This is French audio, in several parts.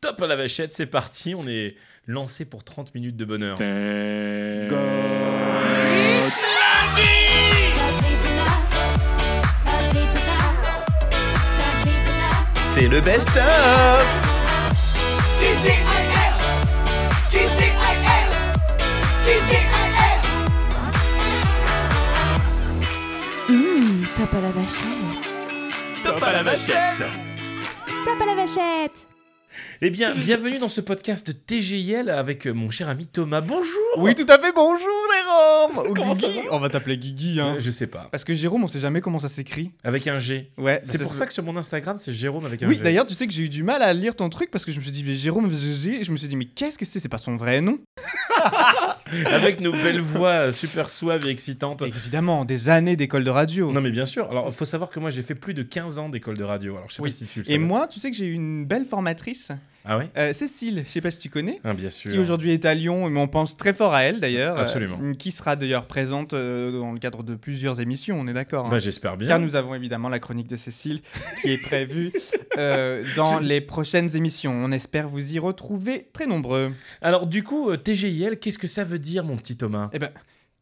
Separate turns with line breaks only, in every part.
Top à la vachette, c'est parti. On est lancé pour 30 minutes de bonheur.
C'est le best-of
Hum, tape à la vachette.
Top à la vachette
Tape à la vachette
Eh bien, bienvenue dans ce podcast de TGIL avec euh, mon cher ami Thomas. Bonjour
Oui, tout à fait, bonjour les Roms Ou
Comment ça
Guigui. On va t'appeler Guigui, hein.
Euh, Je sais pas.
Parce que Jérôme, on sait jamais comment ça s'écrit. Bah,
Avec un G.
Ouais,
C'est pour ça que sur mon Instagram, c'est Jérôme avec un G.
Oui, d'ailleurs, tu sais que j'ai eu du mal à lire ton truc parce que je me suis dit, mais Jérôme, G, je me suis dit, mais qu'est-ce que c'est C'est pas son vrai nom
Avec nos belles voix euh, super suaves et excitantes.
Évidemment, des années d'école de radio.
Non mais bien sûr. Alors faut savoir que moi j'ai fait plus de 15 ans d'école de radio. Alors je sais
Oui.
pas si tu le
Et
savais.
moi, tu sais que j'ai eu une belle formatrice,
Ah oui.
euh, Cécile, je sais pas si tu connais,
Ah, bien sûr.
qui aujourd'hui est à Lyon, mais on pense très fort à elle d'ailleurs. euh,
Absolument.
qui sera d'ailleurs présente euh, dans le cadre de plusieurs émissions, on est d'accord hein.
Bah j'espère bien.
Car nous avons évidemment la chronique de Cécile qui est prévue euh, dans les prochaines émissions. On espère vous y retrouver très nombreux.
Alors du coup euh, TGIL, qu'est-ce que ça veut dire mon petit Thomas
Eh ben,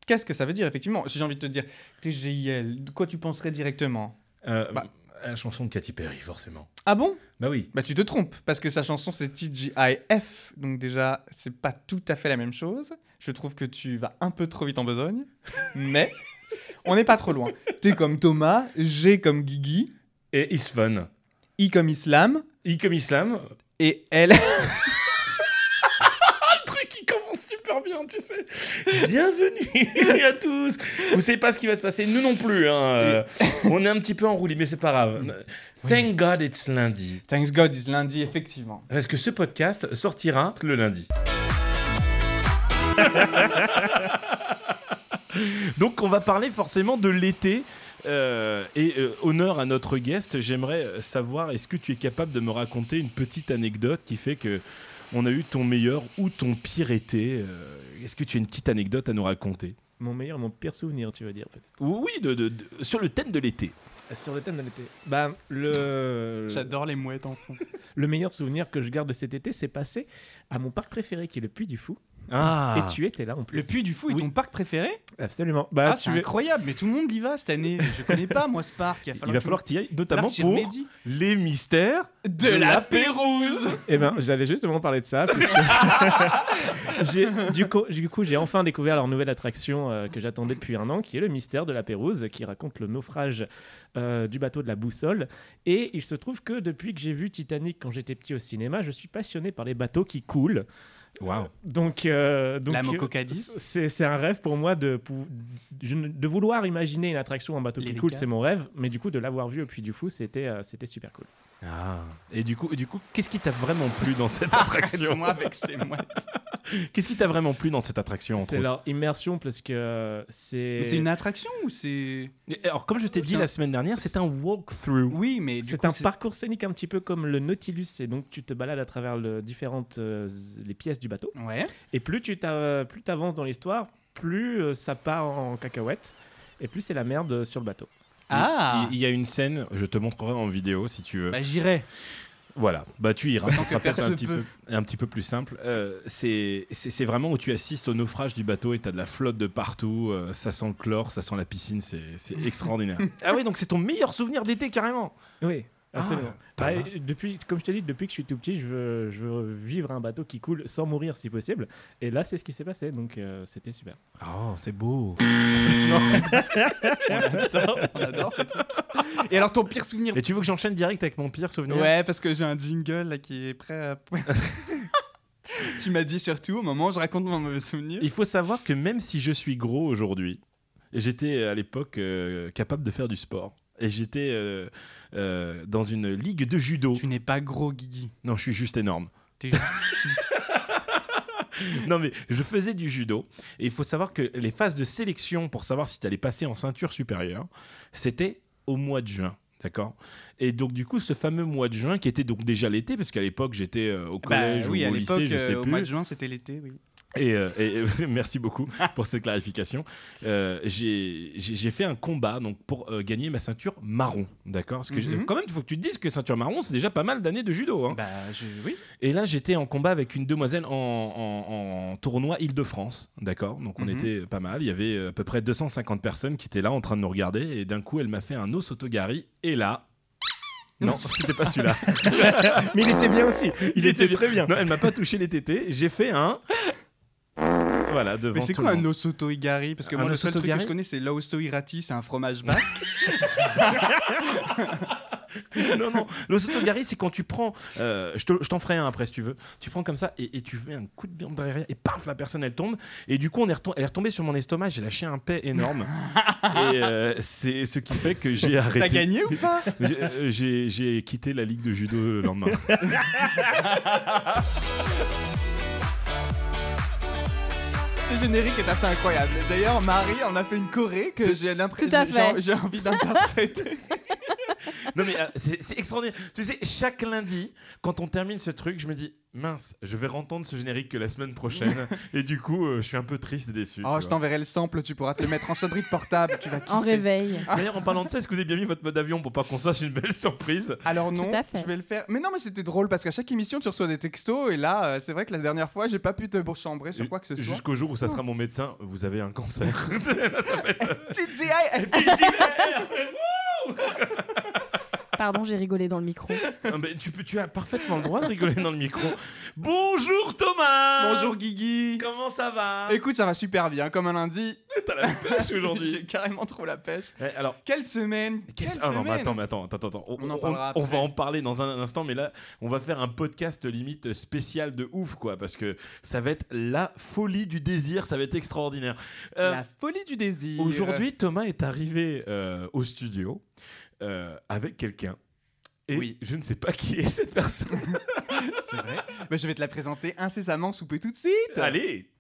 qu'est-ce que ça veut dire effectivement Si j'ai envie de te dire TGIL, de quoi tu penserais directement
Euh,
Bah.
La chanson de Katy Perry forcément.
Ah bon
Bah oui.
Bah tu te trompes, parce que sa chanson c'est TGIF, donc déjà c'est pas tout à fait la même chose. Je trouve que tu vas un peu trop vite en besogne, mais on n'est pas trop loin. T comme Thomas, G comme Guigui,
Et It's Fun.
I comme Islam,
I comme Islam.
et L
Le truc qui commence super bien, tu sais. Bienvenue à tous. Vous savez pas ce qui va se passer, nous non plus. hein. Euh, on est un petit peu enroulé, mais c'est pas grave. Thank God it's lundi.
Thanks God is lundi, effectivement.
Parce que ce podcast sortira le lundi. Donc on va parler forcément de l'été. euh, et euh, honneur à notre guest, j'aimerais euh, savoir, est-ce que tu es capable de me raconter une petite anecdote qui fait que on a eu ton meilleur ou ton pire été euh, Est-ce que tu as une petite anecdote à nous raconter
Mon meilleur, mon pire souvenir, tu veux dire peut-être.
Oui, de- de- de- sur le thème de l'été.
Euh,
Sur le thème de l'été. Bah, le...
J'adore les mouettes en fond.
le meilleur souvenir que je garde de cet été, c'est passé à mon parc préféré qui est le Puy du Fou.
Ah
Et tu étais là en plus.
Le Puy du Fou est
Oui.
ton parc préféré
Absolument. Bah,
Ah,
tu
c'est
es-
incroyable, mais tout le monde y va cette année. Je connais pas moi ce parc. Il,
Il va falloir que tu y ailles, notamment
que j'y
pour
remédie.
les mystères.
de la Pérouse.
Eh ben, j'allais justement parler de ça. puisque- J'ai- du coup, du coup, j'ai enfin découvert leur nouvelle attraction euh, que j'attendais depuis un an, qui est le mystère de la Pérouse, qui raconte le naufrage euh, du bateau de la Boussole. Et il se trouve que depuis que j'ai vu Titanic quand j'étais petit au cinéma, je suis passionné par les bateaux qui coulent.
Waouh.
Donc, euh, donc
la
euh,
Mococadis.
c'est c'est un rêve pour moi de, pou- je ne- de vouloir imaginer une attraction en bateau qui
Lyrica.
coule, c'est mon rêve, mais du coup de l'avoir vu au Puy du Fou, c'était euh, c'était super cool.
Ah. Et du coup, du coup qu'est-ce qui t'a vraiment plu dans cette attraction
moi avec ces mouettes.
Qu'est-ce qui t'a vraiment plu dans cette attraction entre
C'est leur immersion parce que euh, c'est.
Mais c'est une attraction ou c'est
autres Alors, comme je t'ai dit
C'est un-
la semaine dernière, c'est un walkthrough.
Oui, mais du
C'est
coup,
un parcours scénique un petit peu comme le Nautilus, et donc tu te balades à travers le- différentes euh, les pièces du bateau.
Ouais.
Et plus tu t'a- plus avances dans l'histoire, plus euh, ça part en cacahuète, et plus c'est la merde sur le bateau.
Ah.
Il il y a une scène, je te montrerai en vidéo si tu veux.
Bah j'irai.
Voilà, bah tu iras, ça
Tant que
sera
faire
peut-être un,
se
petit
peut.
peu, un petit peu plus simple. Euh, c'est c'est- c'est vraiment où tu assistes au naufrage du bateau et t'as de la flotte de partout, euh, ça sent le chlore, ça sent la piscine, c'est c'est extraordinaire. ah oui, donc c'est ton meilleur souvenir d'été carrément
Oui,
Ah,
absolument.
pas
Bah, depuis, comme je te dis, depuis que je suis tout petit, je veux, je veux vivre un bateau qui coule sans mourir si possible. Et là, c'est ce qui s'est passé, donc euh, c'était super.
Oh, c'est beau.
On adore ces trucs. Et alors ton pire souvenir
Et tu veux que j'enchaîne direct avec mon pire souvenir
Ouais, parce que j'ai un jingle là qui est prêt à Tu m'as dit surtout au moment où je raconte mon mauvais souvenir.
Il faut savoir que même si je suis gros aujourd'hui, j'étais à l'époque euh, capable de faire du sport. Et j'étais euh, euh, dans une ligue de judo.
Tu n'es pas gros Guigui.
Non, je suis juste énorme.
T'es juste-
Non, mais je faisais du judo. Et il faut savoir que les phases de sélection pour savoir si tu allais passer en ceinture supérieure, c'était au mois de juin. D'accord Et donc, du coup, ce fameux mois de juin, qui était donc déjà l'été, parce qu'à l'époque, j'étais euh, au
Bah
collège
oui,
ou
à
au lycée,
l'époque,
je sais
euh, au mois de
plus.
juin, c'était l'été, oui.
Et, euh, et- et merci beaucoup pour cette clarification. Euh, j'ai- J'ai j'ai fait un combat donc pour euh, gagner ma ceinture marron, d'accord Parce que j'ai-
Mhm.
quand même, il faut que tu te dises que ceinture marron, c'est déjà pas mal d'années de judo. hein.
Bah, je- oui.
Et là, j'étais en combat avec une demoiselle en, en- en tournoi Île-de-France, d'accord Donc on
Mhm.
était pas mal. Il y avait euh, à peu près 250 personnes qui étaient là en train de nous regarder. Et d'un coup, elle m'a fait un os autogari. Et là. Non, c'était pas celui-là.
Mais il était bien aussi. Il, était,
bien.
très bien.
Non, elle m'a pas touché les tétés. J'ai fait un. Voilà, devant
Mais c'est
tout
quoi
le
un
monde.
osoto igari Parce que
Un
moi, le seul
osoto
truc que
igari
je connais, c'est l'osto irati, c'est un fromage basque.
Non, non, l'autogari, c'est quand tu prends. euh, je te- je t'en ferai un après si tu veux. Tu prends comme ça et, et tu fais un coup de bien derrière et paf, la personne elle tombe. Et du coup, on est retom- elle est retombée sur mon estomac, j'ai lâché un paix énorme. et euh, c'est ce qui fait que j'ai arrêté.
T'as gagné ou pas
J'ai- euh, J'ai j'ai quitté la ligue de judo le lendemain.
Ce générique est assez incroyable. D'ailleurs, Marie en a fait une choré que j'ai l'impression.
Tout à
j'ai-
fait.
J'ai envie d'interpréter.
Non mais euh, c'est c'est extraordinaire. Tu sais, chaque lundi, quand on termine ce truc, je me dis mince, je vais entendre ce générique que la semaine prochaine. et du coup, euh, je suis un peu triste et déçu.
oh,
tu
je
vois.
t'enverrai le sample, tu pourras te le mettre en sonnerie de portable, tu vas kiffer.
En réveil.
D'ailleurs, en parlant de ça, est-ce que vous avez bien mis votre mode avion pour pas qu'on se fasse une belle surprise
Alors non,
à fait.
je vais le faire. Mais non, mais c'était drôle parce qu'à chaque émission, tu reçois des textos et là, euh, c'est vrai que la dernière fois, j'ai pas pu te bourchambrer sur quoi que ce soit.
Jusqu'au jour où ça sera mon médecin, vous avez un cancer.
TGI
Ah, Pardon, j'ai rigolé dans le micro.
Ah, mais tu, peux, tu as parfaitement le droit de rigoler dans le micro. Bonjour Thomas
Bonjour Guigui
Comment ça va
Écoute, ça va super bien, comme un lundi.
T'as la pêche
J'ai
aujourd'hui.
carrément trop la pêche.
Eh, alors,
Quelle semaine Quelle
Qu'est-ce- Ah non, mais
semaine.
attends, mais attends, attends, attends.
On en parlera
on
après.
va en parler dans un instant, mais là, on va faire un podcast limite spécial de ouf, quoi, parce que ça va être la folie du désir, ça va être extraordinaire. Euh,
La folie du désir.
Aujourd'hui, Thomas est arrivé euh, au studio euh, avec quelqu'un. Et
Oui.
je ne sais pas qui est cette personne.
C'est vrai. Mais Bah, je vais te la présenter incessamment sous peu tout de suite.
Allez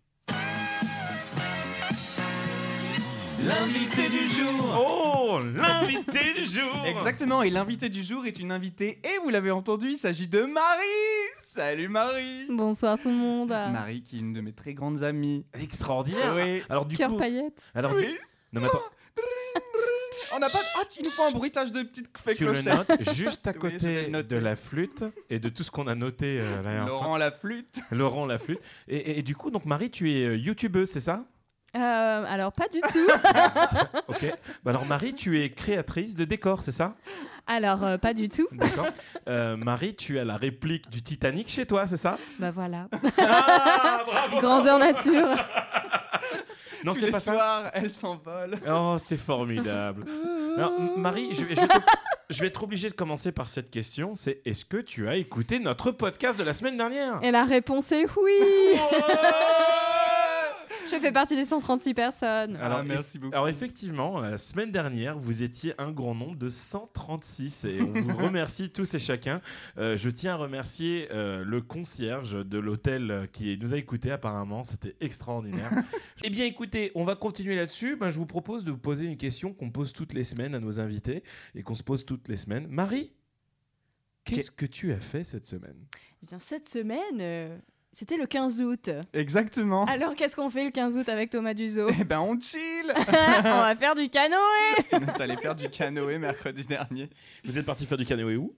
L'invité du jour.
Oh, l'invité du jour
Exactement, et l'invité du jour est une invitée, et vous l'avez entendu, il s'agit de Marie Salut Marie
Bonsoir tout le monde.
Bah,
Marie qui est une de mes très grandes amies.
Extraordinaire
Oui.
Alors du
Cœur
coup...
paillette.
Alors, du- Non, mais attends,
On n'a pas... Ah, tu nous fais un bruitage de petite fée
tu le
clochette.
notes juste à
Oui, je
côté
vais noter.
de la flûte et de tout ce qu'on a noté euh, la dernière fois.
Laurent la flûte.
Laurent Laflûte. Et, et- et du coup, donc Marie, tu es euh, youtubeuse, c'est ça
Euh, alors, pas du tout.
Ok. Bah alors Marie, tu es créatrice de décors, c'est ça
Alors, euh, pas du tout.
D'accord. Euh, Marie, tu as la réplique du Titanic chez toi, c'est ça
Bah voilà.
Ah, bravo
Grandeur nature.
Non,
Tous
c'est
les
pas ça.
soirs, elle s'envole.
Oh, c'est formidable. Alors, M- Marie, je, vais- je vais te- je vais être obligé de commencer par cette question. C'est est-ce que tu as écouté notre podcast de la semaine dernière
Et la réponse est oui. Je fais partie des 136 personnes.
Alors,
ah, merci beaucoup.
Alors effectivement, la semaine dernière, vous étiez un grand nombre de 136 et on vous remercie tous et chacun. Euh, je tiens à remercier euh, le concierge de l'hôtel euh, qui nous a écoutés apparemment, c'était extraordinaire. eh bien écoutez, on va continuer là-dessus. Ben, je vous propose de vous poser une question qu'on pose toutes les semaines à nos invités et qu'on se pose toutes les semaines. Marie Qu'est-ce que tu as fait cette semaine
Eh bien, cette semaine, euh, c'était le 15 août.
Exactement.
Alors, qu'est-ce qu'on fait le 15 août avec Thomas Duzot
Eh ben on chill
On va faire du canoë.
T'allais faire du canoë mercredi dernier.
Vous êtes parti faire du canoë où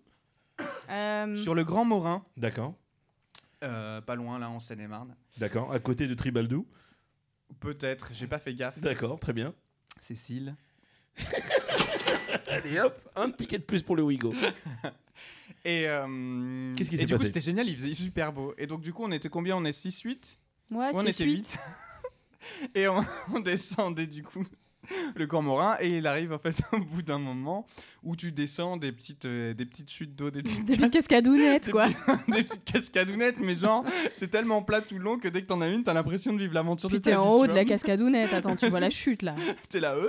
Euh,
Sur le Grand Morin,
D'accord,
euh, pas loin là en Seine-et-Marne.
d'accord, à côté de Tribaldou.
Peut-être, j'ai pas fait gaffe.
D'accord, très bien.
Cécile.
Allez hop, un ticket de plus pour le Wigo.
Et euh,
Qu'est-ce qui
et
s'est
du coup,
passé
c'était génial, il faisait super beau. Et donc, du coup, on était combien On est 6-8
Moi,
On
c'est
était
suite.
8. et on, on descendait, du coup, le Grand Morin. Et il arrive, en fait, au bout d'un moment où tu descends des petites, euh, des petites chutes d'eau, des petites,
Des petites cascadounettes,
Des
quoi.
des petites cascadounettes. Mais genre, c'est tellement plat tout le long que dès que t'en as une, t'as l'impression de vivre l'aventure de
Puis
ta
t'es en
vie,
haut
tu
de
vois.
la cascadounette. Attends, tu vois la chute, là.
T'es là, euh,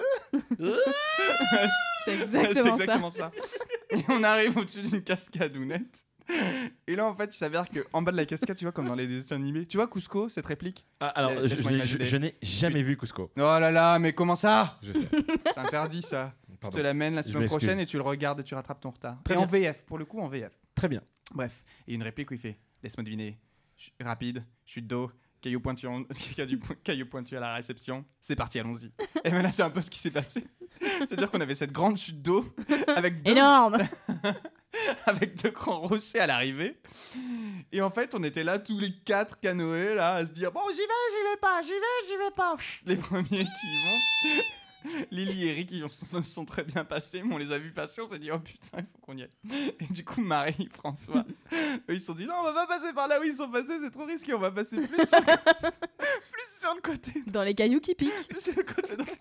C'est
C'est
exactement,
exactement ça. Et on arrive au-dessus d'une cascadounette. Et là, en fait, il s'avère qu'en bas de la cascade, tu vois, comme dans les dessins animés, tu vois Cusco, cette réplique
Ah, alors,
Euh,
je,
laisse-moi
je-
imaginer.
je- je n'ai jamais vu Cusco.
Oh là là, mais comment ça
Je sais.
C'est interdit ça. Je te
Pardon.
l'amène la
Je
semaine
m'excuse.
prochaine et tu le regardes et tu rattrapes ton retard.
Très
et en
bien.
VF, pour le coup, en VF.
Très bien.
Bref, et une réplique où il fait Laisse-moi deviner. Je suis Rapide, chute d'eau, Caillou pointu, en- caillou po- caillou pointu à la réception, c'est parti, allons-y. Et ben là, c'est un peu ce qui s'est passé. C'est-à-dire qu'on avait cette grande chute d'eau avec deux,
Énorme
avec deux grands rochers à l'arrivée. Et en fait, on était là tous les quatre canoës là à se dire bon, j'y vais, j'y vais pas, j'y vais, j'y vais pas. Pfff, Les premiers qui y vont. Lily et Rick ils sont, sont très bien passés, mais on les a vus passer, on s'est dit oh putain, il faut qu'on y aille. Et du coup, Marie, François, eux ils se sont dit non, on va pas passer par là où ils sont passés, c'est trop risqué, on va passer plus sur, plus sur le côté
Dans les cailloux qui piquent.
sur le côté droit.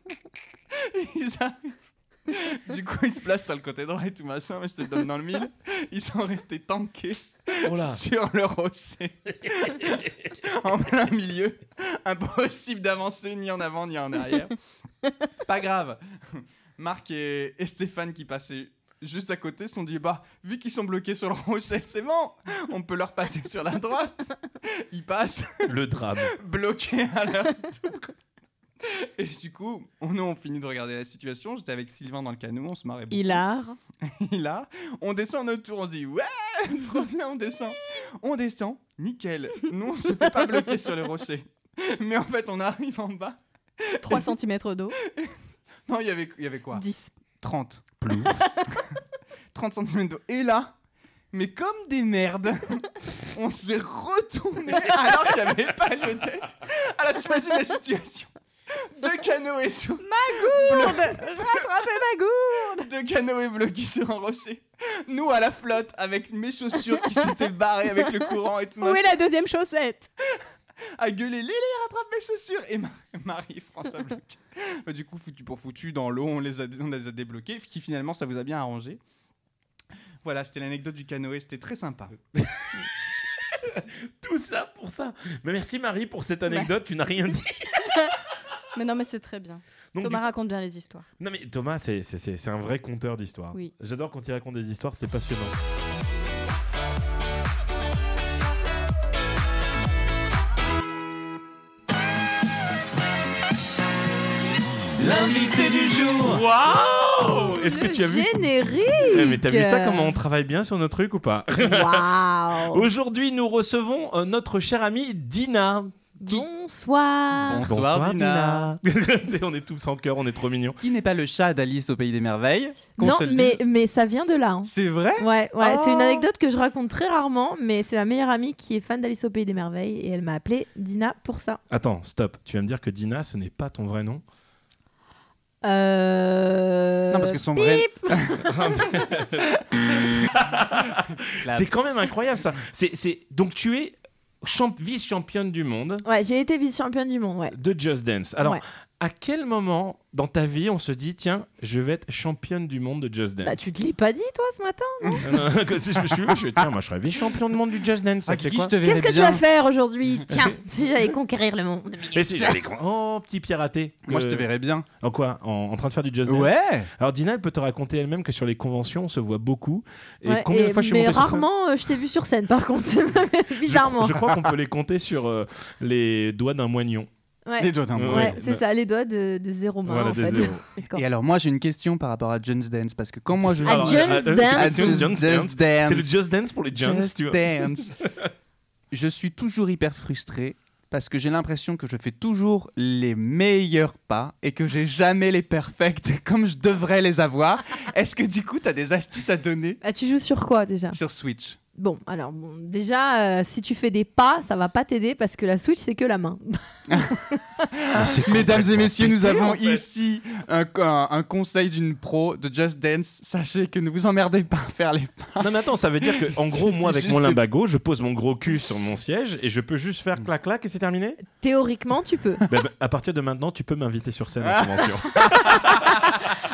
Ils arrivent. Du coup, ils se placent sur le côté droit et tout machin, mais je te le donne dans le mille. Ils sont restés tankés
Oh là.
sur le rocher. en plein milieu. Impossible d'avancer ni en avant ni en arrière. Pas grave. Marc et, et Stéphane qui passaient juste à côté se sont dit bah vu qu'ils sont bloqués sur le rocher c'est bon on peut leur passer sur la droite ils passent
Le drame.
bloqués à leur tour. Et du coup, on on finit de regarder la situation. J'étais avec Sylvain dans le canot, on se marrait beaucoup.
Hilar.
Il a. On descend notre tour, on se dit ouais, trop bien, on descend. On descend, nickel. Nous, on se fait pas bloquer sur les rochers. Mais en fait, on arrive en bas.
3 cm d'eau.
Non, il y avait, il y avait quoi
10.
30. 30 cm d'eau. Et là, mais comme des merdes, on s'est retourné alors qu'il n'y avait pas de tête. Alors t'imagines la situation Deux canoës sur...
Rattrapez ma
Deux canoës bloqués sur un rocher. Nous à la flotte avec mes chaussures qui s'étaient barrées avec le courant et tout.
Où est
machin.
la deuxième chaussette
à gueuler Lily rattrape mes chaussures et Ma- Marie François bloqué. Bah, du coup foutu pour foutu dans l'eau on les a on les a débloqués qui finalement ça vous a bien arrangé. Voilà c'était l'anecdote du canoë c'était très sympa.
Tout ça pour ça. Mais merci Marie pour cette anecdote, tu n'as rien dit.
Mais non, mais c'est très bien.
Donc,
Thomas raconte bien les histoires.
du- Non mais Thomas, c'est- c'est c'est- c'est un vrai conteur d'histoires.
Oui.
J'adore quand il raconte des histoires, c'est passionnant.
L'invité du jour.
Waouh Oh, Est-ce que tu as vu
Générique
Eh, Mais t'as vu ça comment on travaille bien sur nos trucs ou pas Oh.
Waouh
Aujourd'hui, nous recevons euh, notre chère amie Dina.
Bonsoir
Bonsoir, Dina.
Dina. on est tous en cœur, on est trop mignons.
Qui n'est pas le chat d'Alice au pays des merveilles qu'on
Non,
se le
mais,
dise.
mais ça vient de là. hein.
c'est vrai
Ouais, ouais, c'est une
Oh.
anecdote que je raconte très rarement, mais c'est ma meilleure amie qui est fan d'Alice au Pays des Merveilles et elle m'a appelée Dina pour ça.
Attends, stop. Tu vas me dire que Dina, ce n'est pas ton vrai nom
Euh...
Non parce que son vrai La-
C'est quand même incroyable ça. C'est, c'est- Donc tu es champ- vice-championne du monde
Ouais, j'ai été vice-championne du monde, ouais.
de Just Dance. Alors,
Ouais.
à quel moment dans ta vie on se dit, tiens, je vais être championne du monde de Just Dance
Bah, tu te l'es pas dit, toi, ce matin
Euh, non, que- je, je, suis- je- tiens, moi je serais vice-champion du monde du Just Dance.
Ah,
tu sais
Kiki,
quoi
je te verrai
Qu'est-ce que tu
bien.
vas faire aujourd'hui Tiens, si j'allais conquérir le monde.
Mais si j'avais grand- Oh, petit piraté.
Moi je
Euh,
te verrai bien.
En quoi en, en train de faire du Just Dance
Ouais.
Alors Dina, elle peut te raconter elle-même que sur les conventions, on se voit beaucoup. Et
Ouais,
combien
et-
de fois je suis
mais
monté sur scène
rarement, euh, je t'ai vu sur scène, par contre.
Je-
Bizarrement.
Je, crois qu'on peut les compter sur euh, les doigts d'un moignon.
Ouais,
Les doigts d'un
Ouais.
bout.
Ouais, c'est
mais-
ça, les doigts de, de zéro main,
Voilà,
Oh, bah, en
de
fait.
zéro.
Parce qu'en-
Et alors moi j'ai une question par rapport à Jones Dance parce que quand moi Oh, je
À
Alors,
Jones
euh,
Dance.
à Jones-
Just
Jones Dance.
Dance.
C'est le Just Dance pour les Jones.
Just
tu vois.
Dance. je suis toujours hyper frustré parce que j'ai l'impression que je fais toujours les meilleurs pas et que j'ai jamais les perfects comme je devrais les avoir. Est-ce que du coup, tu as des astuces à donner
Ah, tu joues sur quoi déjà
sur Switch
Bon, alors bon, déjà, euh, si tu fais des pas, ça va pas t'aider parce que la Switch, c'est que la main.
Ah,
Mesdames et messieurs, nous avons
fait.
ici un, un- un conseil d'une pro de Just Dance. Sachez que ne vous emmerdez pas à faire les pas.
Non mais attends, ça veut dire que en
Il
gros, moi
suffit
avec mon
juste de-
limbago, je pose mon gros cul sur mon siège et je peux juste faire clac clac et c'est terminé.
Théoriquement, tu peux.
Bah, bah, à partir de maintenant, tu peux m'inviter sur scène à la convention.
Ah.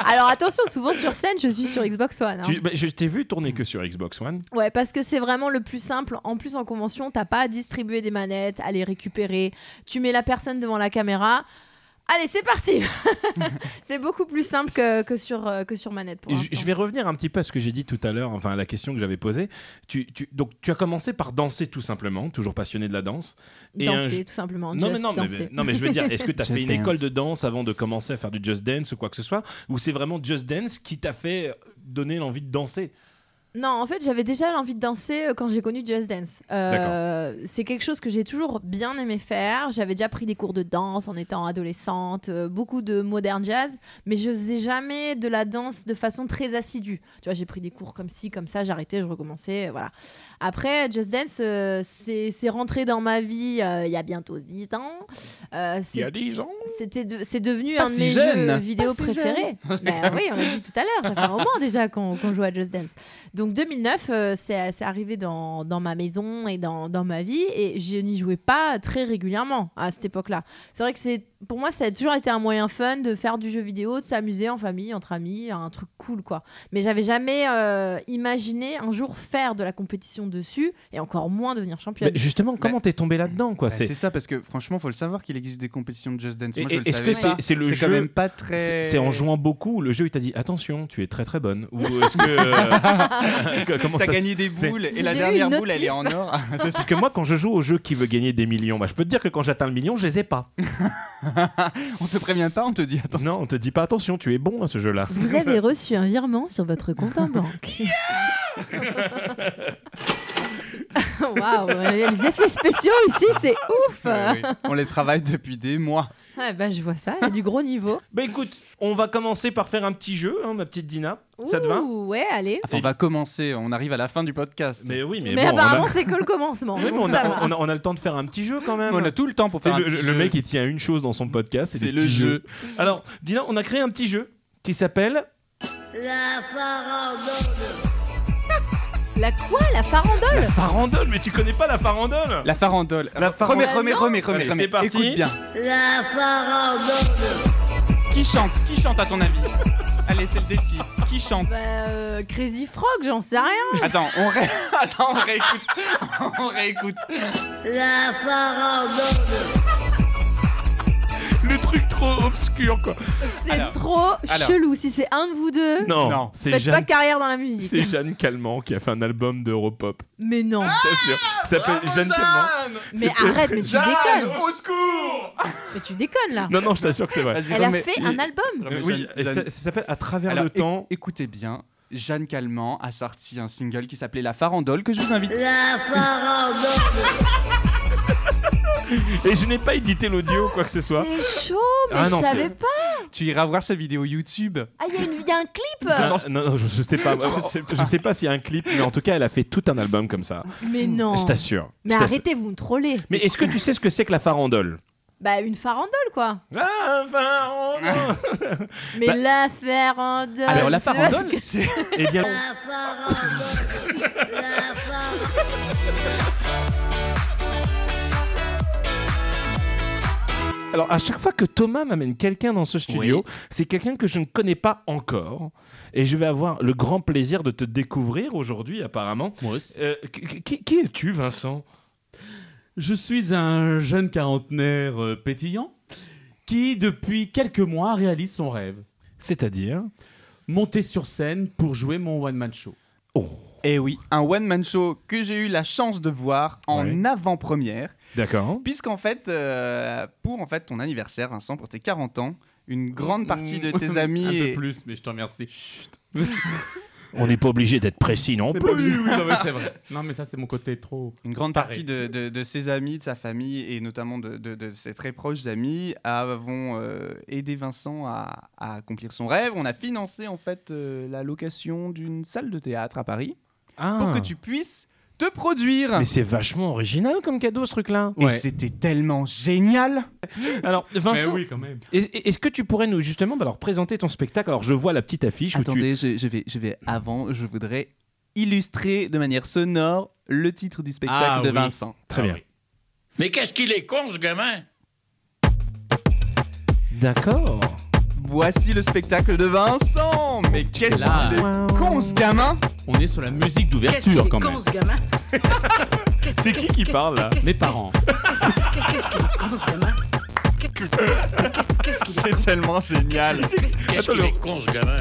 Alors attention, souvent sur scène, je suis sur Xbox One. hein.
Tu- bah, je t'ai vu tourner que sur Xbox One.
Ouais, parce que c'est vraiment le plus simple. En plus, en convention, t'as pas à distribuer des manettes, à les récupérer. Tu mets la personne devant la caméra. Allez, c'est parti C'est beaucoup plus simple que, que sur, euh, que sur manette pour
Et j-
l'instant.
je vais revenir un petit peu à ce que j'ai dit tout à l'heure, enfin à la question que j'avais posée. Tu, tu- donc tu as commencé par danser tout simplement, toujours passionné de la danse. et un
Danser,
ju-
tout simplement.
Non mais
just
non, mais,
danser.
non, mais je veux dire, est-ce que tu as
Just
fait une
Dance.
école de danse avant de commencer à faire du Just Dance ou quoi que ce soit Ou c'est vraiment Just Dance qui t'a fait donner l'envie de danser
Non, en fait, j'avais déjà l'envie de danser euh, quand j'ai connu Just Dance. Euh, c'est quelque chose que j'ai toujours bien aimé faire. J'avais déjà pris des cours de danse en étant adolescente, euh, beaucoup de modern jazz, mais je faisais jamais de la danse de façon très assidue. Tu vois, j'ai pris des cours comme ci, comme ça, j'arrêtais, je recommençais, euh, voilà. Après, Just Dance, euh, c'est c'est rentré dans ma vie euh, il y a bientôt 10 ans. Euh, c'est- c'était de- c'est devenu
Pas
un de
si
mes
jeune.
jeux
Pas
vidéo préférés. Bah oui, on l'a dit tout à l'heure, ça fait un moment déjà qu'on qu'on joue à Just Dance. Donc 2009, euh, c'est c'est arrivé dans, dans ma maison et dans, dans ma vie, et je n'y jouais pas très régulièrement à cette époque-là. C'est vrai que c'est pour moi, ça a toujours été un moyen fun de faire du jeu vidéo, de s'amuser en famille, entre amis, un truc cool quoi. Mais j'avais jamais euh, imaginé un jour faire de la compétition dessus, et encore moins devenir championne.
Mais justement, comment t'es tombé là-dedans quoi
Bah,
C'est-
c'est ça, parce que franchement, faut le savoir qu'il existe des compétitions de Just Dance. Moi,
Et-
je le
est-ce
savais
que
pas.
c'est- c'est le
quand
jeu-
même pas très.
c'est c'est en jouant beaucoup, le jeu il t'a dit attention, tu es très très bonne. Ou est-ce que euh, comment
T'as
ça se-
gagné des boules et la
J'ai eu
dernière
une
boule, elle est en or.
Parce Ah, que moi, quand je joue au jeu qui veut gagner des millions, bah, je peux te dire que quand j'atteins le million, je les ai pas.
on te prévient pas, on te dit attends.
Non, on te dit pas attention, tu es bon à ce jeu-là.
Vous avez reçu un virement sur votre compte en banque. Waouh, les effets spéciaux ici, c'est ouf.
Ouais, ouais. On les travaille depuis des mois.
Ouais, bah, je vois ça, il y a du gros niveau.
Bah écoute, on va commencer par faire un petit jeu, hein, ma petite Dina. Ça te va
Ouh, Ouais, allez.
Enfin, on va commencer, on arrive à la fin du podcast.
Mais oui, mais,
Mais,
bon, on a-
apparemment, c'est que le commencement.
Oui, mais
donc
on,
ça
a,
va.
on a- on a le temps de faire un petit jeu quand même.
Mais on a tout le temps pour
C'est
faire
le,
un petit
le
jeu.
mec il tient une chose dans son podcast,
C'est
des
le
petits
jeu.
jeux. Alors, Dina, on a créé un petit jeu qui s'appelle
La quoi La farandole
Farandole. Mais tu connais pas la farandole
La farandole.
La farandole.
Remets, remets, remets, remets,
Allez,
remets.
c'est parti.
Écoute bien. La farandole. Qui chante Qui chante à ton avis Allez, c'est le défi. Qui chante
Bah, euh, Crazy Frog, j'en sais rien.
Attends, on, ré- Attends, on réécoute. on réécoute.
Le truc trop obscur quoi.
C'est
Alors,
trop
alors.
chelou. Si c'est un de vous deux,
Ah, Non,
Non.
c'est
faites pas
Jeanne.
carrière dans la musique.
C'est Jeanne Ah, Calment qui a fait un album d'Europop.
Mais non.
Je t'assure. Ça s'appelle Ah, Jeanne Calment.
mais arrête, mais tu déconnes.
au secours
Mais tu déconnes là.
Non, non, je t'assure que c'est vrai.
Vas-y,
Elle a
remets-
fait un album.
remets
oui,
Jeanne-
et ça,
Jeanne.
ça s'appelle À travers
Alors,
le
éc-
temps.
Écoutez bien, Jeanne Calment a sorti un single qui s'appelait La Farandole que je vous invite.
Et je n'ai pas édité l'audio, quoi que ce soit.
C'est chaud, mais
Ah
je
non,
savais
c'est-
pas.
Tu iras voir sa vidéo YouTube.
Ah, il y, a une- il y a un clip
Ah, non, non, je, je sais pas. je, sais pas. s'il y a un clip, mais en tout cas, elle a fait tout un album comme ça.
Mais non.
Je t'assure.
Mais
Je t'assure.
arrêtez, vous me trollez.
Mais est-ce que tu sais ce que c'est que la farandole
Bah, une farandole, quoi.
Ah, farandole
Mais la farandole.
Alors, la
Ah, je sais pas
farandole,
ce que-
c'est.
Eh bien, alors à chaque fois que Thomas m'amène quelqu'un dans ce studio, c'est quelqu'un que je ne connais pas encore. Et je vais avoir le grand plaisir de te découvrir aujourd'hui, apparemment. Euh, qui, qui- qui es-tu, Vincent
Je suis un jeune quarantenaire euh, pétillant qui, depuis quelques mois, réalise son rêve.
C'est-à-dire
Monter sur scène pour jouer mon one-man show.
Oh,
Eh oui, un one-man show que j'ai eu la chance de voir en
Ouais.
avant-première.
d'accord.
Puisqu'en fait, euh, pour en fait ton anniversaire, Vincent, pour tes 40 ans, une grande partie de tes amis.
Mmh. Un
et-
peu plus, mais je te remercie.
On n'est pas obligé d'être précis non
Mais pas- oui, oui, non, mais c'est vrai. Non, mais ça, c'est mon côté trop.
Une grande partie
Pareil.
de, de- de ses amis, de sa famille et notamment de, de- de ses très proches amis avons euh, aidé Vincent à, à accomplir son rêve. On a financé en fait euh, la location d'une salle de théâtre à Paris
Ah.
pour que tu puisses te produire.
Ah. Mais c'est vachement original comme cadeau ce truc-là.
Et c'était tellement génial
Alors
Mais
Vincent,
oui, quand même.
est- est- est-ce que tu pourrais nous justement bah, alors, présenter ton spectacle Alors je vois la petite affiche où tu...
Attendez, je, je vais, je vais avant, je voudrais illustrer de manière sonore le titre du spectacle
Ah
de
oui.
Vincent.
Très
Ah
bien.
oui.
Mais qu'est-ce qu'il est con, ce gamin
D'accord.
Voici le spectacle de Vincent Mais qu'est-ce qu'il est con ce gamin
On est sur la musique d'ouverture, quand même.
C'est qui qui parle là
Mes parents.
C'est tellement génial
Qu'est-ce qu'il est con, ce gamin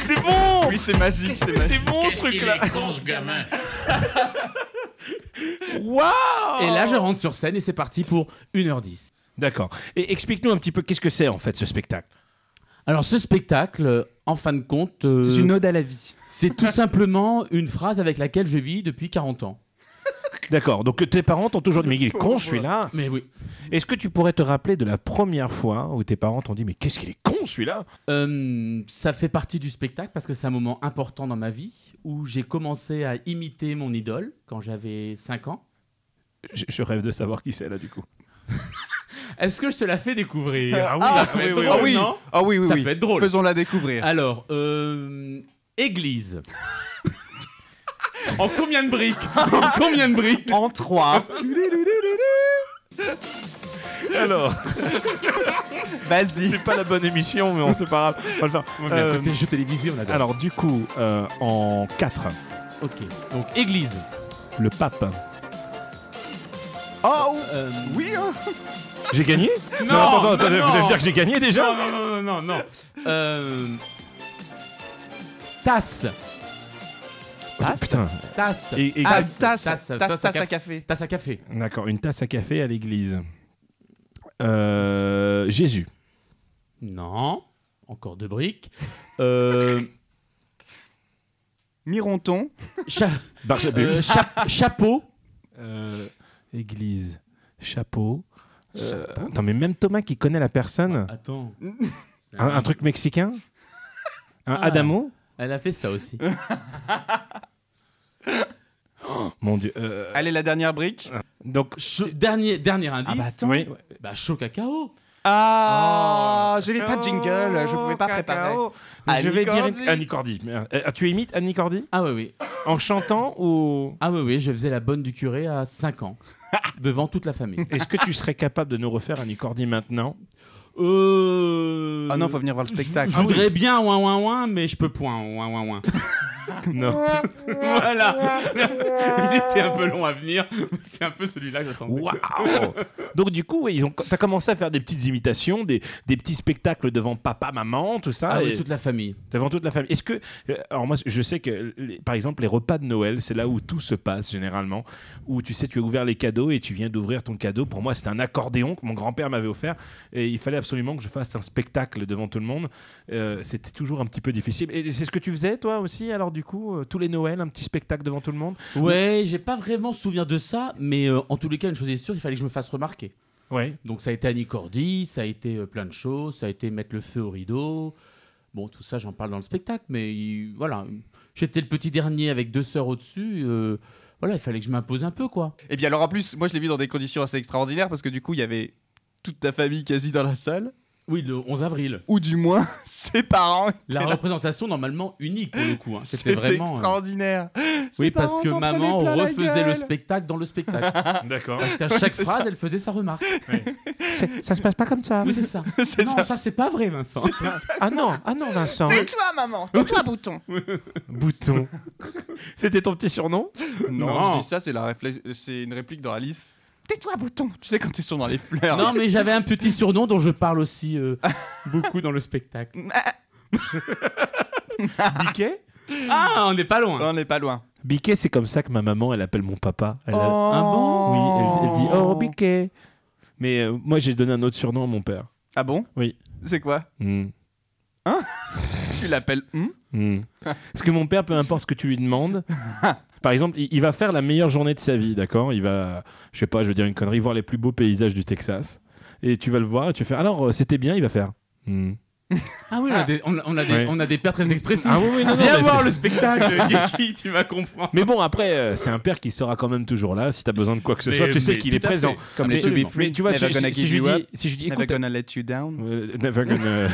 C'est bon
Oui, c'est magique, c'est magique.
C'est bon ce
Qu'est-ce qu'il
truc-là
est con, ce gamin
Waouh
Et là, je rentre sur scène et c'est parti pour 1h10.
D'accord. Et explique-nous un petit peu qu'est-ce que c'est en fait ce spectacle.
Alors ce spectacle, euh, en fin de compte, euh,
C'est une ode à la vie.
c'est tout simplement une phrase avec laquelle je vis depuis 40 ans.
D'accord. Donc tes parents t'ont toujours dit mais il est con celui-là.
Mais oui.
Est-ce que tu pourrais te rappeler de la première fois où tes parents t'ont dit mais qu'est-ce qu'il est con celui-là
Euh, ça fait partie du spectacle parce que c'est un moment important dans ma vie où j'ai commencé à imiter mon idole quand j'avais 5 ans.
je, je rêve de savoir qui c'est là du coup.
Est-ce que je te la fais découvrir
Ah oui,
Ça peut être drôle,
ah oui,
non
ah oui, oui,
Ça
oui.
peut être drôle.
Faisons-la découvrir.
Alors, euh, église. en combien de briques En combien de briques
En trois.
Alors,
Vas-y.
c'est pas la bonne émission mais on se pas grave. On va le faire. Euh,
jeux télévisés, on
alors du coup, euh, en 4,
Ok, donc église.
le pape. Ah,
Oh
Euh,
oui, hein.
J'ai gagné
Non,
attends, attends,
non,
vous allez me
non.
dire que j'ai gagné déjà
Non, non, non, non, non, non. Euh, tasse. Tasse.
Ah, Putain.
Tasse.
Et- et-
Ah,
Tasse, tasse, tasse, tasse, à café.
Tasse à café.
D'accord, une tasse à café à l'église. Euh, Jésus.
Non. Encore deux briques. Euh,
Mironton.
cha-
Barjabé.
euh, cha- chapeau.
Euh, église, chapeau. Euh, attends, mais même Thomas qui connaît la personne,
Attends.
un, un truc mexicain Un
Ah.
Adamo
Elle a fait ça aussi.
Mon dieu. euh,
Allez, la dernière brique.
donc,
Cho- dernier, dernier indice.
Ah bah attends. Oui.
Bah, chaud cacao.
Ah,
Oh.
je n'ai pas de
cacao,
jingle, je pouvais pas préparer.
cacao.
Annie
Je vais dire
Cordy.
Annie Cordy. Merde. Euh, tu imites Annie Cordy
Ah oui, oui.
En chantant ou.
Ah oui, oui, je faisais la bonne du curé à 5 ans. devant toute la famille.
Est-ce que tu serais capable de nous refaire Annie Cordy maintenant
Euh...
Ah non, faut venir voir le spectacle. Ah
Je voudrais bien ouin ouin ouin, mais je peux point ouin ouin ouin.
Non.
voilà. Il était un peu long à venir. C'est un peu celui-là que j'attendais.
Waouh Donc du coup, ouais, ils ont, t'as commencé à faire des petites imitations, des, des petits spectacles devant papa, maman, tout ça,
Ah
et-
oui, toute la famille.
devant toute la famille. Est-ce que, euh, alors moi, je sais que, les- par exemple, les repas de Noël, c'est là où tout se passe généralement, où tu sais, tu as ouvert les cadeaux et tu viens d'ouvrir ton cadeau. Pour moi, c'était un accordéon que mon grand-père m'avait offert, et il fallait absolument que je fasse un spectacle devant tout le monde. Euh, c'était toujours un petit peu difficile. Et c'est ce que tu faisais, toi aussi, alors du coup, euh, tous les Noëls, un petit spectacle devant tout le monde.
Ouais, j'ai pas vraiment souvenir de ça, mais euh, en tous les cas, une chose est sûre, il fallait que je me fasse remarquer.
Ouais.
Donc ça a été Annie Cordy, ça a été euh, plein de choses, ça a été mettre le feu au rideau. Bon, tout ça, j'en parle dans le spectacle, mais il- voilà. J'étais le petit dernier avec deux sœurs au-dessus. euh, voilà, il fallait que je m'impose un peu, quoi.
Et Eh bien alors en plus, moi je l'ai vu dans des conditions assez extraordinaires parce que du coup il y avait toute ta famille quasi dans la salle,
Oui, le 11 avril.
ou du moins ses parents.
La
étaient là.
représentation normalement unique pour le coup. hein. C'était
C'était
vraiment. euh,
extraordinaire.
Oui,
Ses parents
parce que
s'en prenaient
maman
plein la
refaisait le
gueule.
spectacle dans le spectacle.
D'accord.
Parce qu'à chaque
c'est
phrase, elle faisait sa remarque.
Ça se passe pas comme ça.
Oui, c'est ça.
C'est
non,
ça.
ça, c'est pas vrai, Vincent.
Ah non, ah non, Vincent.
Tais-toi, maman. Tais-toi, bouton.
Bouton. C'était ton petit surnom
Non,
Non.
je dis ça, c'est la réfle- c'est une réplique dans Alice.
Tais-toi, bouton.
Tu sais quand t'es sur dans les fleurs.
Non, mais j'avais un petit surnom dont je parle aussi euh, beaucoup dans le spectacle.
Biquet
Ah, on n'est pas loin.
on n'est pas loin.
Biquet, c'est comme ça que ma maman, elle appelle mon papa. Elle, a- Ah
un
Oui, elle, elle dit Oh, Biquet. Mais euh, moi, j'ai donné un autre surnom à mon père.
Ah bon
Oui.
C'est quoi
Hmm,
Tu l'appelles hmm
hmm. Parce que mon père, peu importe ce que tu lui demandes, par exemple, il, il va faire la meilleure journée de sa vie, d'accord Il va, je sais pas, je veux dire une connerie, voir les plus beaux paysages du Texas. Et tu vas le voir et tu fais Alors, euh, c'était bien, il va faire. Hmm.
Ah oui, on a des, on a- on a des-
Ouais.
on a des pères très expressifs.
Ah oui, oui, non, non,
Viens
mais
voir
c'est-
le spectacle, Yeki, tu vas comprendre.
Mais bon, après, euh, c'est un père qui sera quand même toujours là. Si t'as besoin de quoi que ce
Mais-
soit, tu sais
mais
qu'il
tout
est
à fait.
présent.
Comme
Mais-
les To Be
absolument.
Free,
Mais tu vois,
Never
si,
Gonna
si-
Give
si je
You
dis,
Up,
si je dis,
Never
écoute,
gonna let you down.
euh, never gonna-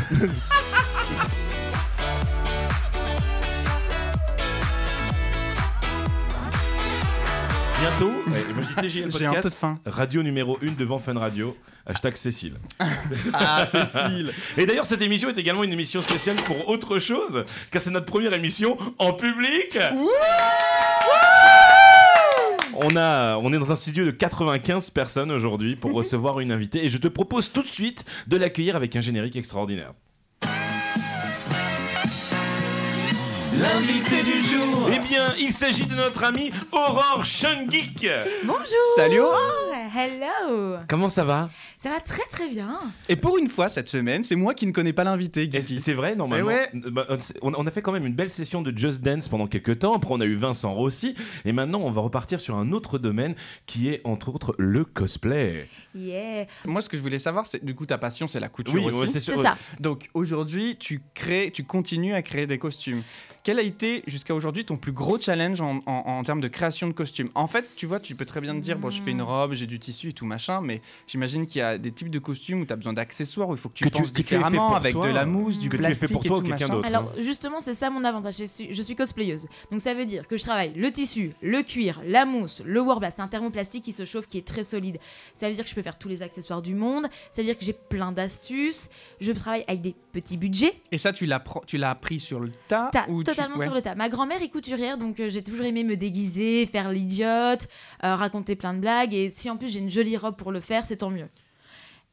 Bientôt, ouais, moi, je dis TJL
J'ai un peu
podcast,
de faim.
radio numéro 1 devant Fun Radio, hashtag Cécile.
Ah, Cécile
Et d'ailleurs, cette émission est également une émission spéciale pour autre chose, car c'est notre première émission en public. On, a, on est dans un studio de 95 personnes aujourd'hui pour recevoir une invitée et je te propose tout de suite de l'accueillir avec un générique extraordinaire. L'invité du jour Eh bien, il s'agit de notre amie Aurore Shungik
Bonjour
Salut
Oh, Hello
Comment ça va
Ça va très très bien.
Et pour une fois cette semaine, c'est moi qui ne connais pas l'invité,
Et
Guigui.
C'est vrai, normalement.
Eh ouais.
Euh, bah, euh, c'est- on- On a fait quand même une belle session de Just Dance pendant quelques temps. Après, on a eu Vincent Rossi. Et maintenant, on va repartir sur un autre domaine qui est, entre autres, le cosplay.
Yeah.
Moi, ce que je voulais savoir, c'est du coup, ta passion, c'est la couture aussi.
ouais, sûr.
C'est ça.
Donc aujourd'hui, tu crées, tu continues à créer des costumes. Quel a été jusqu'à aujourd'hui ton plus gros challenge en, en- en termes de création de costumes En fait, tu vois, tu peux très bien te dire, bon, je fais une robe, j'ai du tissu et tout machin, mais j'imagine qu'il y a des types de costumes où tu as besoin d'accessoires, où il faut que tu
Que tu-
penses
que tu aies fait
différemment,
pour
avec
toi,
de la mousse, du
que tu aies fait
plastique
pour toi
et
ou
tout
quelqu'un
machin.
d'autre.
Alors justement, c'est ça mon avantage. Je suis, je suis cosplayeuse. Donc ça veut dire que je travaille le tissu, le cuir, la mousse, le warblast. C'est un thermoplastique qui se chauffe, qui est très solide. Ça veut dire que je peux faire tous les accessoires du monde. Ça veut dire que j'ai plein d'astuces. Je travaille avec des petits budgets.
Et ça, tu l'as pro- tu l'as appris sur le tas
tas,
ou tu-
totalement
ouais.
sur le tas. Ma grand-mère est couturière, donc euh, j'ai toujours aimé me déguiser, faire l'idiote, euh, raconter plein de blagues. Et si en plus j'ai une jolie robe pour le faire, c'est tant mieux.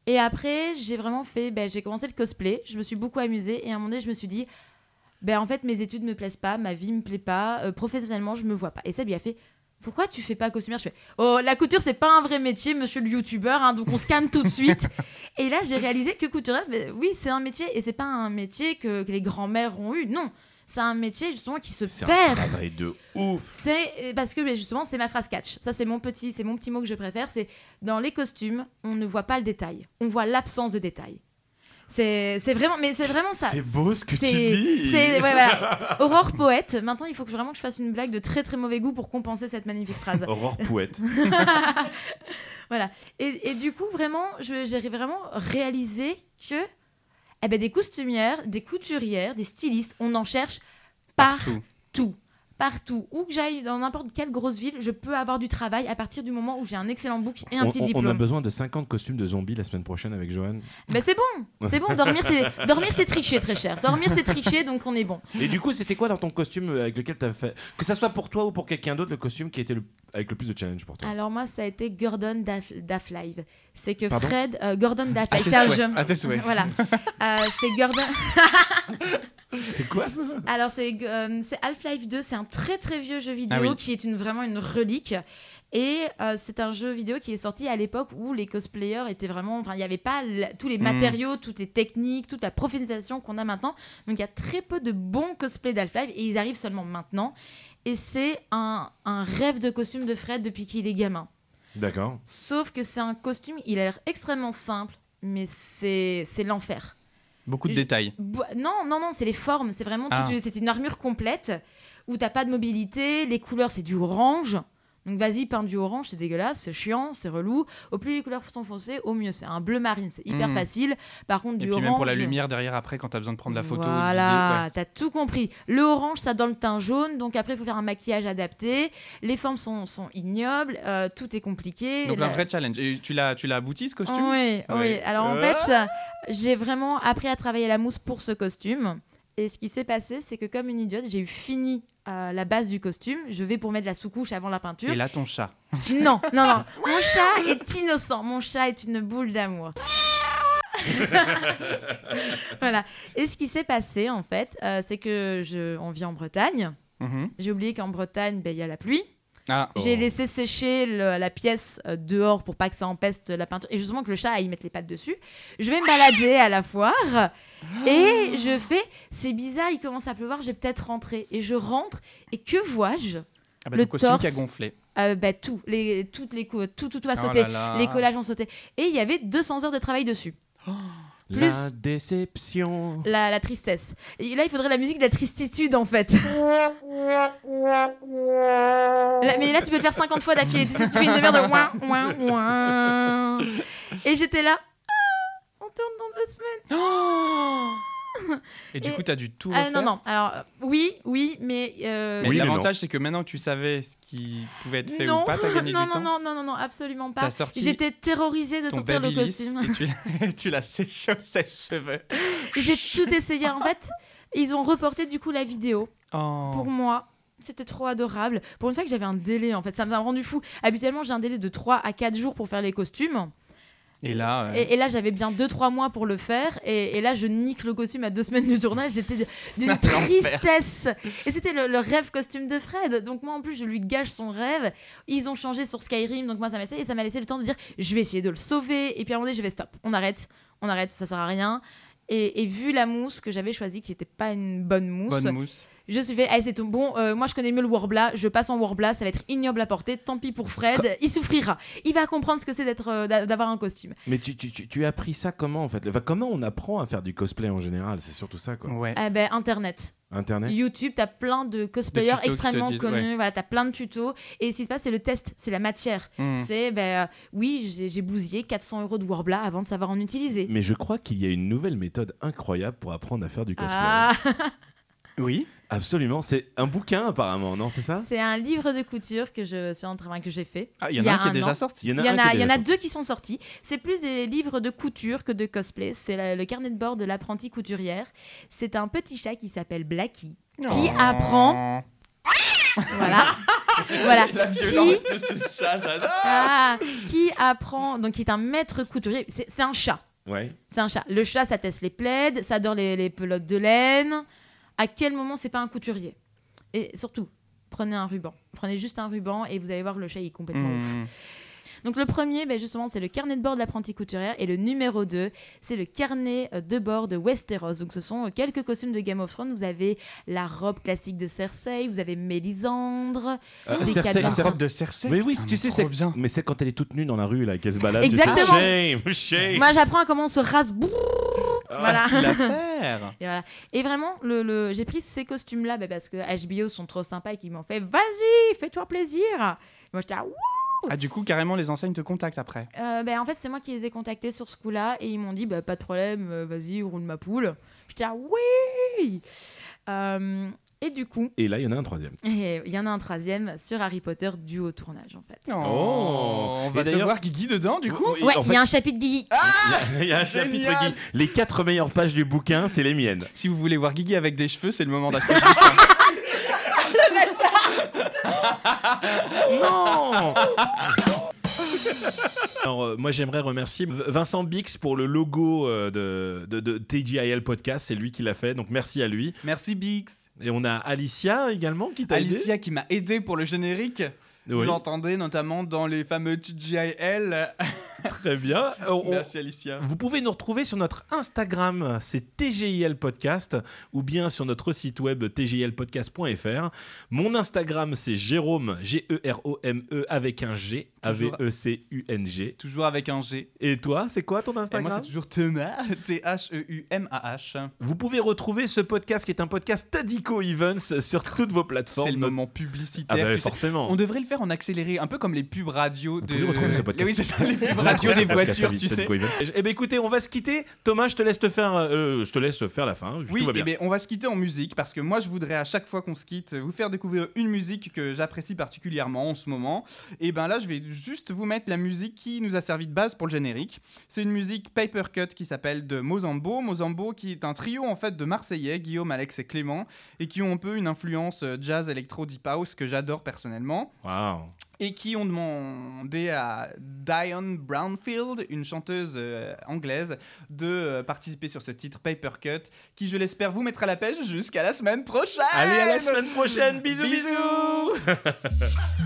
Et après, j'ai vraiment fait, ben, j'ai commencé le cosplay, je me suis beaucoup amusée. Et à un moment donné, je me suis dit, ben, en fait, mes études me plaisent pas, ma vie me plaît pas, euh, professionnellement, je me vois pas. Et ça lui a fait. Pourquoi tu fais pas costumière Je fais Oh, la couture, c'est pas un vrai métier, monsieur le youtubeur, hein, donc on se calme tout de suite. Et là, j'ai réalisé que couturière, ben, oui, c'est un métier, et c'est pas un métier que, que les grands-mères ont eu. Non, c'est un métier justement qui se
C'est un
perd.
travail de ouf.
C'est euh, parce que mais justement c'est ma phrase catch. Ça c'est mon petit, c'est mon petit mot que je préfère. C'est dans les costumes, on ne voit pas le détail, on voit l'absence de détail. C'est c'est vraiment, mais c'est vraiment ça.
C'est beau ce que tu
C'est-
dis.
c'est- ouais, voilà. Aurore poète. Maintenant, il faut que vraiment que je fasse une blague de très très mauvais goût pour compenser cette magnifique phrase.
Aurore Pouette.
Et, et du coup, vraiment, je- j'ai vraiment réalisé que eh ben, des costumières, des couturières, des stylistes, on en cherche partout.
Partout.
Partout. Où que j'aille, dans n'importe quelle grosse ville, je peux avoir du travail à partir du moment où j'ai un excellent book et un
On,
petit
on- on a
diplôme.
besoin de 50 costumes de zombies la semaine prochaine avec Johan.
Mais c'est bon, c'est bon. Dormir, c'est dormir, c'est tricher, très cher. Dormir, c'est tricher, donc on est bon.
Et du coup, c'était quoi dans ton costume euh, avec lequel t'as fait. Que ça soit pour toi ou pour quelqu'un d'autre, le costume qui a été le- avec le plus de challenge pour toi
Alors moi, ça a été Gordon Daf, Live. C'est que
Pardon Ah,
Fred, euh, Gordon Daff
À
Live,
tes
c'est un
souhaits,
jeu.
à tes souhaits.
Voilà. Euh, c'est Gordon.
C'est quoi ça
Alors c'est euh, c'est Half-Life 2, c'est un très très vieux jeu vidéo
Ah oui.
qui est une, vraiment une relique. Et euh, c'est un jeu vidéo qui est sorti à l'époque où les cosplayers étaient vraiment... Enfin, il n'y avait pas la- tous les
Hmm.
Mhm.
matériaux, toutes les techniques, toute la professionnalisation qu'on a maintenant. Donc il y a très peu de bons cosplays d'Half-Life et ils arrivent seulement maintenant. Et c'est un, un rêve de costume de Fred depuis qu'il est gamin.
D'accord.
Sauf que c'est un costume, il a l'air extrêmement simple, mais c'est c'est l'enfer.
Beaucoup de
Je-
détails.
Bo- Non, non, non, c'est les formes. C'est vraiment.
Ah.
toute- C'est une armure complète où t'as pas de mobilité. Les couleurs, c'est du orange. Donc vas-y, peins du orange, c'est dégueulasse, c'est chiant, c'est relou. Au plus les couleurs sont foncées, au mieux. C'est un bleu marine, c'est hyper
Mhm.
facile. Par contre,
Et
du
puis
orange.
même pour la lumière derrière après quand t'as besoin de prendre la photo. de l'idée,
Voilà,
ouais.
t'as tout compris. Le orange, ça donne le teint jaune, donc après, il faut faire un maquillage adapté. Les formes sont, sont ignobles, euh, tout est compliqué.
Donc
La-
un vrai challenge. Et tu l'as tu l'as abouti ce costume
oui, oui.
Ouais. Ah.
Alors en fait, euh, j'ai vraiment appris à travailler la mousse pour ce costume. Et ce qui s'est passé, c'est que comme une idiote, j'ai eu fini euh, la base du costume. Je vais pour mettre la sous-couche avant la peinture.
Et là ton chat.
Non, non, non. Mon chat est innocent. Mon chat est une boule d'amour. voilà. Et ce qui s'est passé, en fait, euh, c'est que je, on vit en Bretagne.
Mhm.
J'ai oublié qu'en Bretagne, ben, il y a la pluie.
Ah.
J'ai
Oh.
laissé sécher le- la pièce euh, dehors pour pas que ça empeste la peinture et justement que le chat aille mettre les pattes dessus. Je vais me balader à la foire
Ah.
et je fais c'est bizarre, il commence à pleuvoir, j'ai peut-être rentré et je rentre et que vois-je
Ah bah,
Le
le costume qui a
torse.
gonflé.
Euh, bah, tout, les, toutes les cou- tout, tout, tout a
Oh
sauté,
là là.
les collages ont sauté et il y avait 200 heures de travail dessus. Plus-
La déception.
La, la tristesse. Et là, il faudrait la musique de la tristitude en fait. Là- mais là, tu peux le faire 50 fois d'affilée. Tu, sais, tu fais une demi-heure de ouin, ouin, ouin. Et j'étais là. Ah, on tourne dans deux semaines.
Et du
Et-
coup t'as dû tout
Ah,
refaire.
non, non. Alors, euh, oui, oui, mais. euh,
Mais
Oui, mais non.
l'avantage, c'est que maintenant que tu savais ce qui pouvait être fait
non,
ou pas, t'as gagné
non,
du
non,
temps.
non, non, non, non, absolument
T'as
pas.
sorti
J'étais terrorisée de
ton
sortir le
babyliss
costume.
et tu l'as- tu l'as séché au sèche-cheveux.
J'ai tout essayé. En fait, ils ont reporté du coup la vidéo.
Oh.
pour moi. C'était trop adorable. Pour une fois que j'avais un délai, en fait, ça m'a rendu fou. Habituellement, j'ai un délai de 3 à 4 jours pour faire les costumes.
Et là, euh,
Et, et là, j'avais bien 2-3 mois pour le faire. Et, et là, je nique le costume à deux semaines du tournage. J'étais d- d'une
Ah, L'enfer.
tristesse. Et c'était le, le rêve costume de Fred. Donc, moi, en plus, je lui gâche son rêve. Ils ont changé sur Skyrim. Donc, moi, ça m'a laissé. Et ça m'a laissé le temps de dire je vais essayer de le sauver. Et puis, à un moment donné, je vais stop. On arrête. On arrête. Ça sert à rien. Et, et vu la mousse que j'avais choisie, qui n'était pas une bonne mousse,
bonne mousse.
je suis fait, ah, c'est tout bon, euh, moi je connais mieux le Warbla, je passe en Warbla, ça va être ignoble à porter, tant pis pour Fred, il souffrira. Il va comprendre ce que c'est d'être, euh, d'a- d'avoir un costume.
Mais tu, tu, tu, tu as appris ça comment en fait Enfin, Comment on apprend à faire du cosplay en général C'est surtout ça quoi.
Ouais.
Ah ben, Internet,
Internet
YouTube, t'as plein de
Des
cosplayers
tutos qui te
extrêmement
disent,
connus,
ouais.
voilà, t'as plein de tutos. Et ce qui se passe, c'est le test, c'est la matière.
Mm.
C'est, ben, euh, oui, j'ai- j'ai bousillé 400 euros de Warbla avant de savoir en utiliser.
Mais je crois qu'il y a une nouvelle méthode incroyable pour apprendre à faire du cosplay.
Ah,
Oui.
Absolument, c'est un bouquin apparemment, non C'est ça
c'est un livre de couture que je suis en train que j'ai fait.
Ah, Il y en
Il y
a
a
un qui est
un
déjà
an.
sorti.
Il y en a,
qui est
il y en a
déjà
deux qui sont sortis. C'est plus des livres de couture que de cosplay. C'est la- le carnet de bord de l'apprentie couturière. C'est un petit chat qui s'appelle Blackie. Qui
Oh.
apprend
Hmm.
Voilà. voilà. Qui,
de ce chat, j'adore.
ah, qui apprend Donc, qui est un maître couturier. C'est c'est un chat.
sorti. Ouais.
C'est un chat. Le chat, ça teste les plaids, ça adore les, les pelotes de laine. À quel moment c'est pas un couturier Et surtout, prenez un ruban. Prenez juste un ruban et vous allez voir, le chat, il est complètement ouf. Donc le premier, ben, justement, c'est le carnet de bord de l'apprenti couturière. Et le numéro 2, c'est le carnet euh, de bord de Westeros. Donc ce sont euh, quelques costumes de Game of Thrones. Vous avez la robe classique de Cersei, vous avez Mélisandre.
Euh,
Des
Cersei,
cadeaux.
La
Cersei.
robe de Cersei.
Mais oui,
putain,
tu
mais
sais,
trop
c'est
bien.
Mais c'est quand elle est toute nue dans la rue là, qu'elle se balade. tu sais.
Exactement.
Shame, shame.
Moi, j'apprends à comment on se rase. Brrr, voilà.
Ah, Facile à faire.
Et, voilà. Et vraiment, le, le- j'ai pris ces costumes-là ben, parce que HBO sont trop sympas et qu'ils m'ont fait Vas-y, fais-toi plaisir Moi, j'étais à
Ah, du coup, carrément, les enseignes te contactent après.
Euh, ben, en fait, c'est moi qui les ai contactés sur ce coup-là et ils m'ont dit bah, pas de problème, euh, vas-y, roule ma poule. J'étais là, oui Euh, Et du coup,
Et là, il y en a un troisième.
et il y en a un troisième sur Harry Potter dû au tournage en fait.
Oh.
on
Et
va te
d'ailleurs-
voir Guigui dedans, du coup.
Oui,
Ouais,
en
il
fait,
y a un chapitre Guigui.
il y a un chapitre
Génial.
qui les quatre meilleures pages du bouquin, c'est les miennes.
Si vous voulez voir Guigui avec des cheveux, c'est le moment d'acheter.
Non Alors, euh, moi, j'aimerais remercier V- Vincent Bix pour le logo euh, de, de, de TGIL Podcast. C'est lui qui l'a fait, donc merci à lui.
Merci Bix.
Et on a Alicia également qui t'a aidé.
Alicia qui m'a aidé pour le générique. Vous
Oui,
l'entendez notamment dans les fameux TGIL.
très bien. Euh, On- on-
Merci Alicia.
Vous pouvez nous retrouver sur notre Instagram, c'est TGIL Podcast, ou bien sur notre site web tgilpodcast.fr. Mon Instagram, c'est Jérôme, E G-E-R-O-M-E, avec un G, E
Toujours.
A-V-E-C-U-N-G.
Toujours avec un G.
Et toi, c'est quoi ton
Et moi,
Instagram
c'est toujours Thomas. E T-H-E-U-M-A-H.
Vous pouvez retrouver ce podcast qui est un podcast Tadico Events sur toutes vos plateformes.
C'est le
Notre-
moment
Ah
publicitaire.
bah,
tu sais.
forcément.
On devrait le faire en accéléré, un peu comme les pubs radio de.
pouvez retrouver ce podcast.
Oui, c'est ça, les pubs radio des voitures, tu sais.
Eh ben écoutez, on va se quitter. Thomas, je te laisse te faire, euh, je te laisse faire la fin.
Oui,
Tout va
eh
bien.
ben, on va se quitter en musique parce que moi je voudrais à chaque fois qu'on se quitte vous faire découvrir une musique que j'apprécie particulièrement en ce moment. Et ben là je vais juste vous mettre la musique qui nous a servi de base pour le générique. C'est une musique paper cut qui s'appelle de Mozambo. Mozambo qui est un trio en fait de Marseillais, Guillaume, Alex et Clément, et qui ont un peu une influence euh, jazz, électro, deep house que j'adore personnellement
Waouh.
et qui ont demandé à Diane Brownfield, une chanteuse euh, anglaise, de euh, participer sur ce titre Paper Cut, qui, je l'espère, vous mettra la pêche jusqu'à la semaine prochaine.
Allez, à la semaine prochaine. bisous. bisous.
Bisous.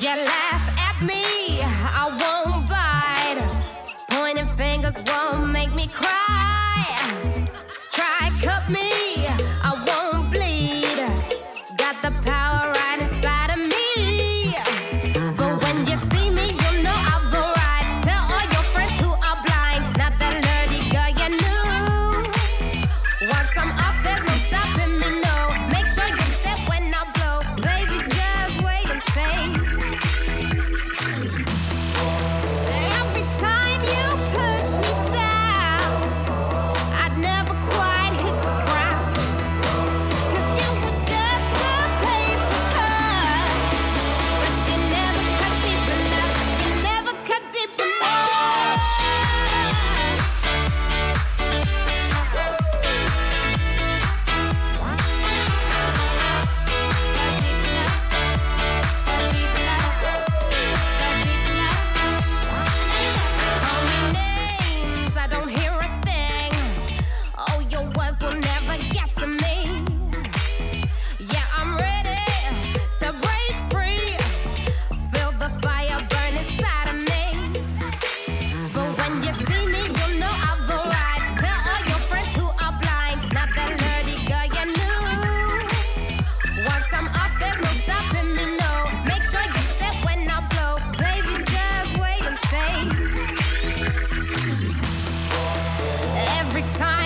You laugh at me, I won't bite. Pointing fingers won't make me cry. Try cut me, I won't bleed. Got the power right inside of me. But when you see me, you know I've arrived. Tell all your friends who are blind, not that nerdy girl you knew. Once I'm off, there's no stopping me, no. Make sure you step when I blow. Baby, just wait and see. Every time you push me down, I never quite hit the ground. every time.